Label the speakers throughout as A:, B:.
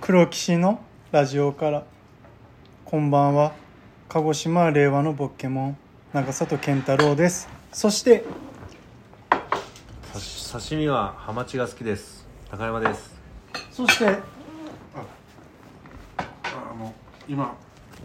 A: 黒騎士のラジオからこんばんは鹿児島令和のボッケモン長里健太郎ですそして
B: 刺し刺身はハマチが好きです高山です
A: そして
C: あの今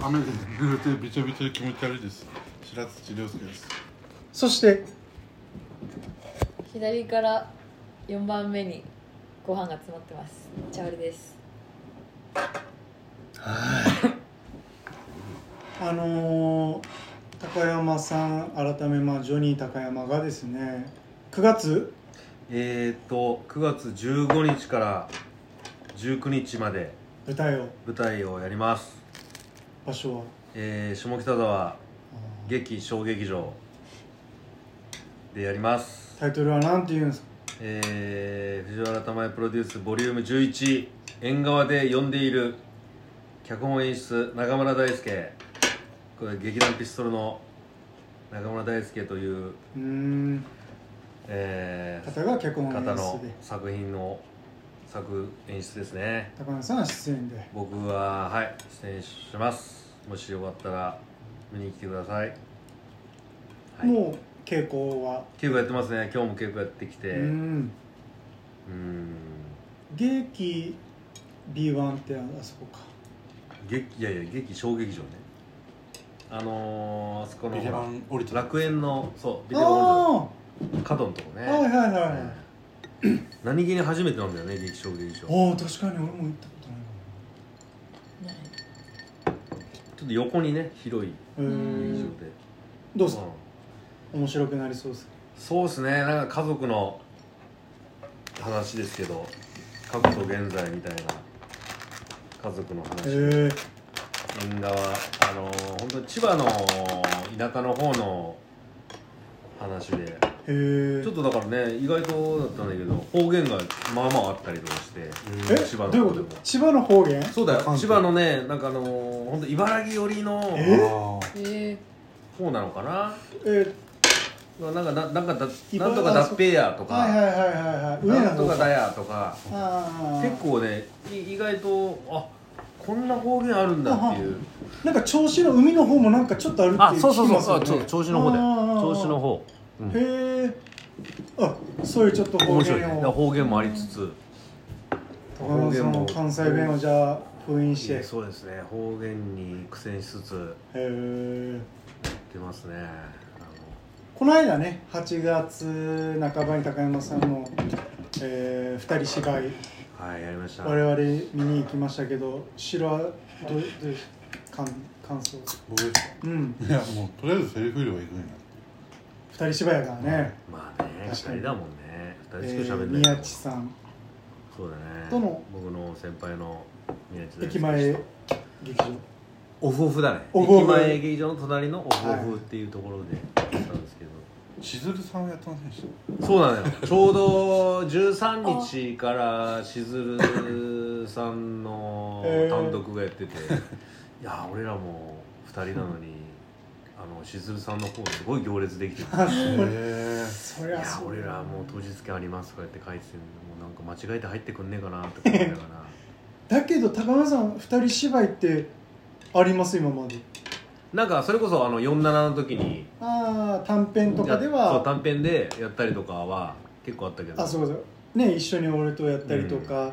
C: 雨で濡れてびちょびちょで気持ち悪いです白土亮介です
A: そして
D: 左から4番目にご飯が詰まってますチャオルです
A: あのー高山さん改めまジョニー高山がですね9月
B: えっ、ー、と9月15日から19日まで
A: 舞台を
B: 舞台をやります、
A: 場所は
B: えー、下北沢劇小劇場でやります
A: タイトルは何て言うんですか
B: えー、藤原玉恵プロデュースボリューム11縁側で呼んでいる脚本演出中村大輔これ劇団ピストルの中村大輔という、
A: うーん
B: えー、
A: 方が脚本演
B: 方の
A: 出で
B: 作品の作演出ですね
A: 高山さんは出演で
B: 僕ははい出演しますもしよかったら見に来てくださいはい
A: もう傾向は、
B: 稽古やってますね今日も稽古やってきて
A: う
B: うんん
A: 劇 B1 ってあそこか
B: 劇いやいや劇小劇場ねあのー、あそこの
C: ビデバン降りて
B: 楽園のそうビデオ
A: あ
B: 角のとこ
A: あ
B: ね、
A: ーはいはいはい、
B: うん何気に初めてなんだよね劇小劇場ちょ
A: おお確かに俺も行ったことない
B: っと横にね広い
A: かも
D: う
B: 劇場
D: ん
B: で
A: へえどうですか
B: ん
A: 面白くなりそうですか
B: そうですねなんか家族の話ですけど過去と現在みたいな家族の話、
A: へえ
B: 縁側あのー本当に千葉の田舎の方の話で
A: へえ
B: ちょっとだからね意外とだったんだけど方言がまあまああったりとかして
A: え
B: 千葉の方
A: どういう
B: で
A: こ
B: も
A: と千葉の方言
B: そうだよ
C: 関東
B: 千葉のねなんかあのー本当茨城寄りの
A: え
C: あー
D: え
B: 方なのかな
A: え
B: なんかななんかだ
A: 茨
B: なんとかだっぺやと
A: ー、はいはい
B: か
A: はいはいはい上
B: な
A: の
B: んと
A: 方
B: かだ
A: か
B: やとか
A: あー
B: 結構ねい意外とあこんな方言あるんだっていう
A: なんか調子の海の方もなんかちょっとあるって聞きますよね
B: あちょ調子の方で
A: あー
B: 調子の方うん
A: へえあそういうちょっと方
B: 面白いね
A: 言を
B: 方言もありつつ
A: 高山さんの関西弁をじゃあ封印して
B: い
A: へ
B: やそうですね方言に苦戦しつつ
A: え
B: 出ますねあ
A: この間ね8月半ばに高山さんの、えー、二人芝居
B: のはいやりました
A: 我々見に行きましたけど白はどうどう感感想
C: 僕ですか
A: うん
C: いやもうとりあえずセリフ量はいくんや
A: 二人芝居やからね、
B: まあね二
A: 確かに
B: 人だもんね
A: え
B: 二人しか喋
A: ー
B: んない
A: 宮地さん
B: そうだね
A: との
B: 僕の先輩の宮地大輔
A: 駅前劇場
B: オフオフだね
A: オフオフ
B: 駅前劇場の隣のオフオフっていうところでやったんですけど、
C: しずるさんをやってませんでし
B: そうなのよちょうど13日からしずるさんの単独がやってて、いや俺らも2人なのに、あのしずるさんの方すごい行列できてて「い
C: たへ
A: そりゃ
B: や
A: そう
B: 俺らもう当日券あります」とかやって書いててもうなんか間違えて入ってくんねえかなとか思いながら
A: だけど高山さん二人芝居ってあります今まで
B: なんかそれこそあの47の時に
A: ああ短編とかで
B: やそう
A: は
B: 短編でやったりとかは結構あったけど
A: あそうかそうね一緒に俺とやったりとか、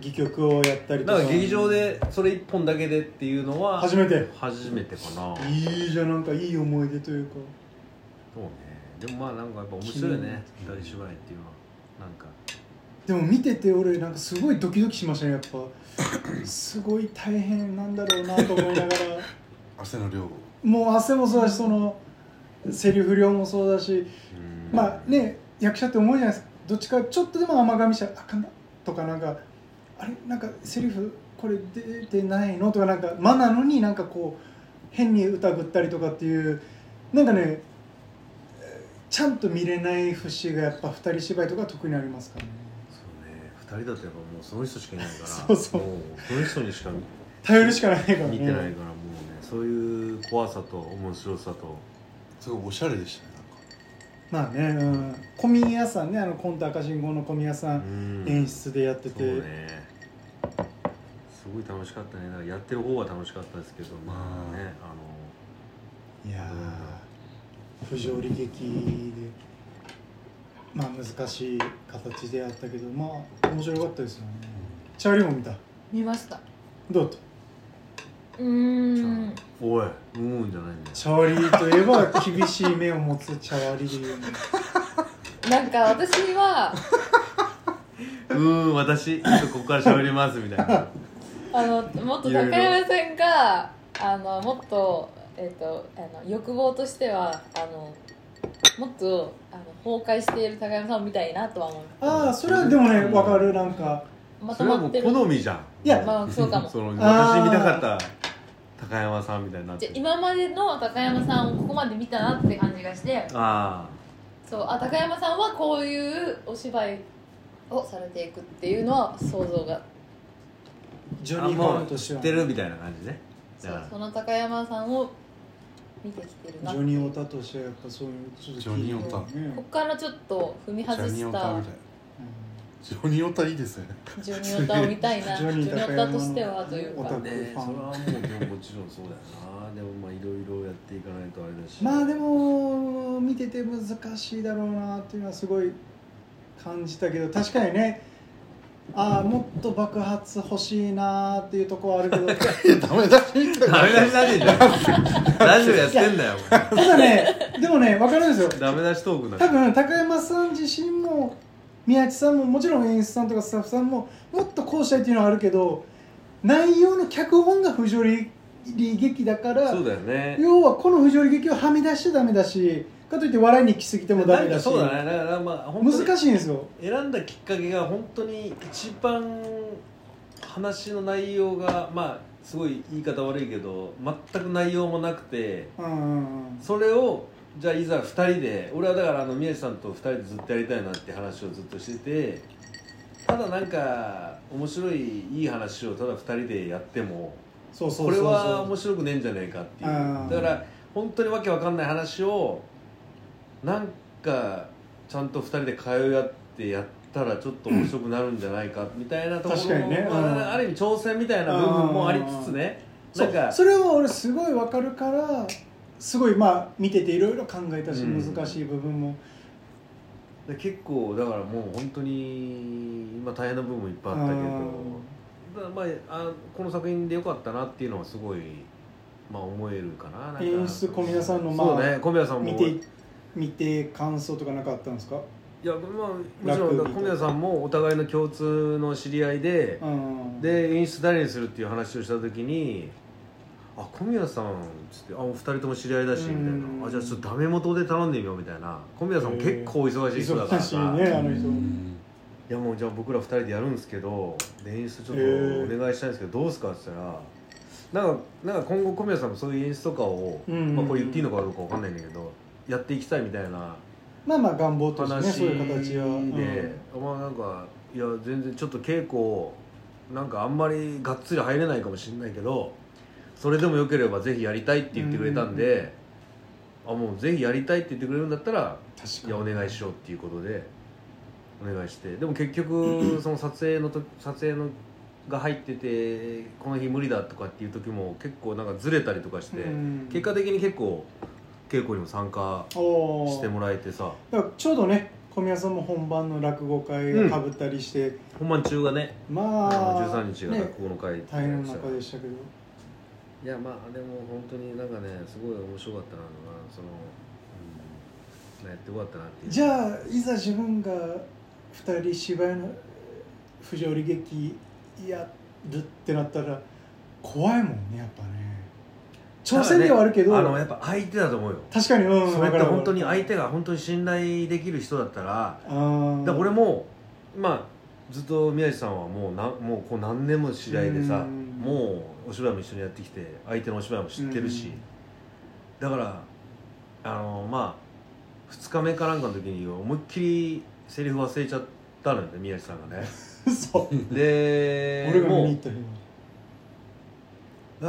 A: 戯曲をやったりとか
B: だから劇場でそれ1本だけでっていうのは
A: 初めて
B: 初めてかない
A: いじゃんなんかいい思い出というか
B: そうねでもまあなんかやっぱ面白いよね二人芝居っていうのはなんか
A: でも見てて俺なんかすごいドキドキしましたねやっぱすごい大変なんだろうなと思いながら
C: ー汗の量を
A: もう汗もそうだしそのセリフ量もそうだし
B: うん
A: まあね役者って思うじゃないですかどっちかちょっとでも甘噛みしたらあかんなとかなんかあれなんかセリフこれ出てないのとかなんか間なのになんかこう変に疑ったりとかっていうなんかねえーちゃんと見れない節がやっぱ二人芝居とか特にありますからね
B: そうね二人だとやっぱもうその人しかいないか ら
A: そうそう
B: もその人にしか見
A: 頼るしかないからね
B: 見てないからもうねそういう怖さと面白さと
C: すごいおしゃれでしたね
A: まあね、うん、小宮さんねあのコント赤信号の小宮さん
B: うん
A: 演出でやってて、
B: そうねすごい楽しかったねだからやってる方は楽しかったですけどまあねあの
A: いやー不条理劇でまあ難しい形であったけどまあ面白かったですよねチャーリーも見た
D: 見ました
A: どうだった
D: うーん
B: おいうんじゃないんだよ
A: チャーリーといえば 厳しい目を持つチャーリーよね
D: なんか私 は
B: うーん私ちょっとここから喋りますみたいな
D: あのもっと
B: い
D: 高
B: ろいろ
D: 山さんがあのもっと,、えっとあの欲望としてはあのもっとあの崩壊している高山さんを見たいなとは思
A: ああそれはでもねわかるなんか
D: う ま
B: そ
D: と
B: れは
D: ま
B: も
D: っ
B: う
D: てる
B: 好みじゃん
A: いや
D: まあそうか も
B: その
A: あー
B: 私見たかった高山さんみたいになっ
D: じ
B: て
D: ゃ
B: る
D: 今までの高山さんをここまで見たなって感じがして
B: あ
D: そうあ高山さんはこういうお芝居をされていくっていうのは想像が
A: ジ
B: あ
A: ョニー・
B: も
A: カール
B: う
A: とし
B: 知
A: て
B: っ
A: は
B: て
A: ジ
B: るみたいな感じね
D: そ
B: だ
D: う
B: か
D: その高山さんを見てきてるな
A: ョニー・オタとしてはやっぱそういうちょっと
C: ジョニーオタ
A: 聞いてるね
D: こっからちょっと踏み
C: ジ
D: 外
C: ョニー
D: し
C: オタ
D: た
C: みたいなジョニーオタいいですね
D: ジョニーオタを見たいな
A: ジ
D: ジ
A: ョ
D: ョ
A: ニ
D: ニ
A: ー高
D: ーオ
A: 山
D: タとしてはという
A: オタ
D: から
A: ク
B: ねそれはもうでももちろんそうだよなでもまあいろいろやっていかないとあれだし
A: うんまあでも見てて難しいだろうなっていうのはすごい感じたけど確かにねああもっと爆発欲しいなっていうところはあるけ ど
C: いやダメ だしみたい
B: ダメ出しなんでじゃんラジオやってんだよ
A: た
B: お
A: だねでもね分かるんですよ
B: 前ダメ出しトークにな
A: 多
B: っちゃう
A: 分高山さん自身も宮地さんももちろん演出さんとかスタッフさんももっとこうしたいっていうのはあるけど内容の脚本が不条理劇だから
B: そうだよね
A: 要はこの不条理劇をはみ出しちゃダメだしかといって笑いに行き過ぎてもダメだし
B: なんかそうだねだからまあ本当に
A: 難しいんですよ
B: 選んだきっかけが本当に一番話の内容がまあすごい言い方悪いけど全く内容もなくて
A: うんうんうん
B: それをじゃあいざ2人で俺はだからあの宮地さんと2人でずっとやりたいなって話をずっとしててただなんか面白いいい話をただ2人でやっても
A: そうそうそうそう
B: これは面白くねえんじゃねえかっていう
A: うん
B: だから本当にわけわかんない話をなんかちゃんと2人で通い合ってやったらちょっと面白くなるんじゃないかみたいなところ
A: 確かにね
B: ま
A: うん
B: あ、ある意味挑戦みたいな部分もありつつねなんか
A: そうそれは俺すごいわかるからすごいまあ見てていろいろ考えたし
B: うん
A: 難しい部分も、
B: で結構だからもう本当に今大変な部分もいっぱいあったけどだからまああこの作品でよかったなっていうのはすごい、まあ、思えるかななんか
A: 演出小宮さんのまあ
B: そうね小宮さんも
A: 見て見て感想とかなかったんですか
B: いやまあもちろん
A: ラ
B: 小
A: ック
B: 宮さんもお互いの共通の知り合いで
A: う、ん
B: で演出誰にするっていう話をした時に「あ小宮さん」っつって「あお二人とも知り合いだし」みたい
A: うん
B: な「あじゃあちょっとダメ元で頼んでみよう」みたいな小宮さんも結構忙しい人だから
A: 忙しい
B: さ
A: ねあの人
B: いやもうじゃあ僕ら二人でやるんですけどで演出ちょっ
A: へー
B: とお願いしたいんですけどどうですかって言ったらなんかなんか今後小宮さんもそういう演出とかを、
A: うんうんうん
B: まあ、これ言っていいのかどうかわかんないんだけどやっていきたいみたいな
A: まあまあ願望としてね
B: 話
A: そういう形は、うん
B: で、まあなんかいや全然ちょっと稽古なんかあんまりがっつり入れないかもしれないけどそれでもよければぜひやりたいって言ってくれたんで、あもうぜひやりたいって言ってくれるんだったら
A: 確か
B: い
A: に
B: やお願いしようっていうことでお願いしてでも 結局その撮影のと撮影のが入っててこの日無理だとかっていう時も結構なんかずれたりとかして、
A: うん
B: 結果的に結構稽古にも参加
A: おー
B: してもらえてさ
A: だからちょうどね小宮さんも本番の落語会がかぶったりして、
B: 本番中がね
A: まあ
B: 13日が
A: ね
B: 落語の会って
A: 大変な中でしたけど
B: いやまあでも本当になんかねすごい面白かったなのがその、うん、やってよかったなっていう
A: じ
B: あ
A: ゃあいざ自分が2人芝居の不条理劇やるってなったら怖いもんねやっぱね挑戦ではあるけど、
B: あのやっぱ相手だと思うよ
A: 確かにうん
B: それって本当に
A: あ
B: 相手が本当に信頼できる人だったら
A: あー
B: だから俺もまあずっと宮地さんはもうなもうこう何年も知り合いでさ
A: うん
B: もうお芝居も一緒にやってきて相手のお芝居も知ってるし
A: うん
B: だからあのまあ2日目かなんかの時に思いっきりセリフ忘れちゃったのよね宮地さん がね
A: そう
B: で
A: 俺が見に
B: も
A: 行
B: う
A: った日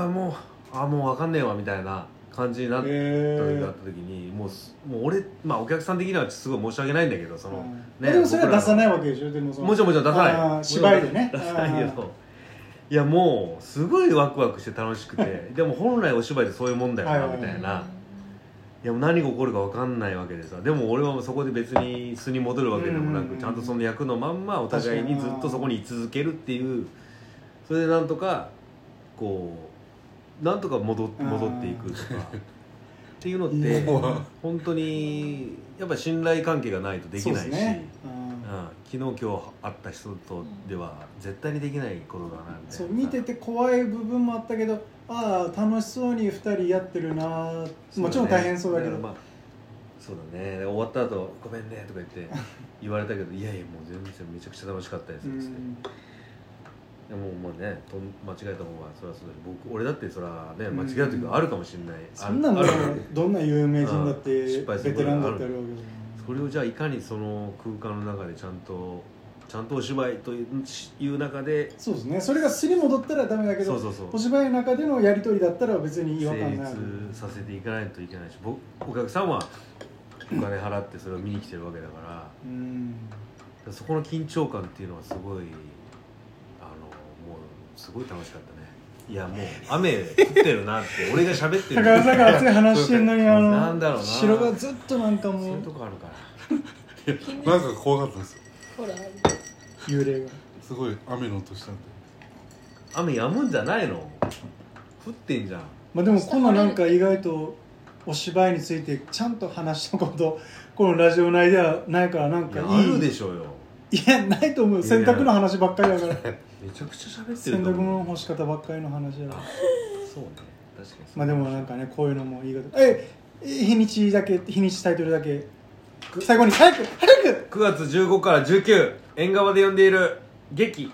A: は
B: あもうあもう分かんねえわみたいな感じになった時
A: え
B: があった時にもうすもう俺まあお客さん的にはすごい申し訳ないんだけどその、
A: でもそれは出さないわけでしょでもその
B: もちろんもちろん出さない
A: あー芝居でね
B: 出さないけどいいやもうすごいワクワクして楽し くてでも本来お芝居でそういうもんだよ
A: はいは
B: な
A: は
B: い
A: い
B: みたいな、いやもう何が起こるか分かんないわけでさでも俺はもうそこで別に素に戻るわけでもな
A: うんうんう
B: く
A: ん
B: ちゃんとその役のまんまお互いにずっとそこに居続けるっていうそれでなんとかこうなんとか戻っ
A: うん
B: 戻っていくとかっていうのっ
A: いい
B: て
A: ね
B: 本当にやっぱ信頼関係がないとできないし、うん、昨日今日会った人とでは絶対にできないことだなみたいなさ
A: そう見てて怖い部分もあったけどああ楽しそうに2人やってるなーもちろん大変そうだけど
B: からまあそうだね終わった後ごめんね」とか言って 言われたけど「いやいやもう全然めちゃくちゃ楽しかったです」
A: う
B: っ
A: ん
B: つってでもまあねと間違えた方がそれはそうだし僕俺だってそれはね間違えた時はあるかもしれない、あ
A: そんなの
B: ある
A: どんな有名人だっ
B: う
A: て
B: ん失敗す
A: ベ
B: るこ
A: テ
B: と
A: ラン
B: が
A: だ
B: あ
A: っ
B: る
A: てあるわけだ
B: それをじゃあいかにその空間の中でちゃんとちゃんとお芝居というしいう中で
A: そうですねそれが素に戻ったらダメだけ
B: そう
A: ど
B: そうそう
A: お芝居の中でのやり取りだったら別に違和
B: 成
A: 感
B: 立
A: ない
B: させていかないといけないし僕お客さんはお金払ってそれを見に来てるわけだから。
A: うん
B: そこの緊張感っていうのはすごいあのもうすごい楽しかったねいやもう雨降ってるなって俺が喋って
A: 高
B: る
A: 田さんが熱い話してんのにあ
B: なんだろう
A: の
B: な
A: 城がずっとなんか
B: そう
A: も
B: いう
A: う
B: とこあるから
C: なんか怖かったです
D: ほら
A: 幽霊が
C: すごい雨の音したんで
B: 雨止むんじゃないの降ってんじゃん
A: まあでもこんななんか意外とお芝居についてちゃんと話したことこのラジオ内ではないからなん
B: い
A: かい
B: や
A: い
B: あるでしょうよ
A: いやないと思う洗濯の話ばっかりだ から
B: めちゃくちゃ喋って
A: 洗
B: ると
A: 濯
B: 思
A: 物
B: う
A: の干し方ばっかりの話だから
B: あそうね確かに
A: まあでもなんかねこういうのもいいことええ日にちだけ日にちタイトルだけ最後に早く早く
B: 9月15から19縁側で呼んでいる劇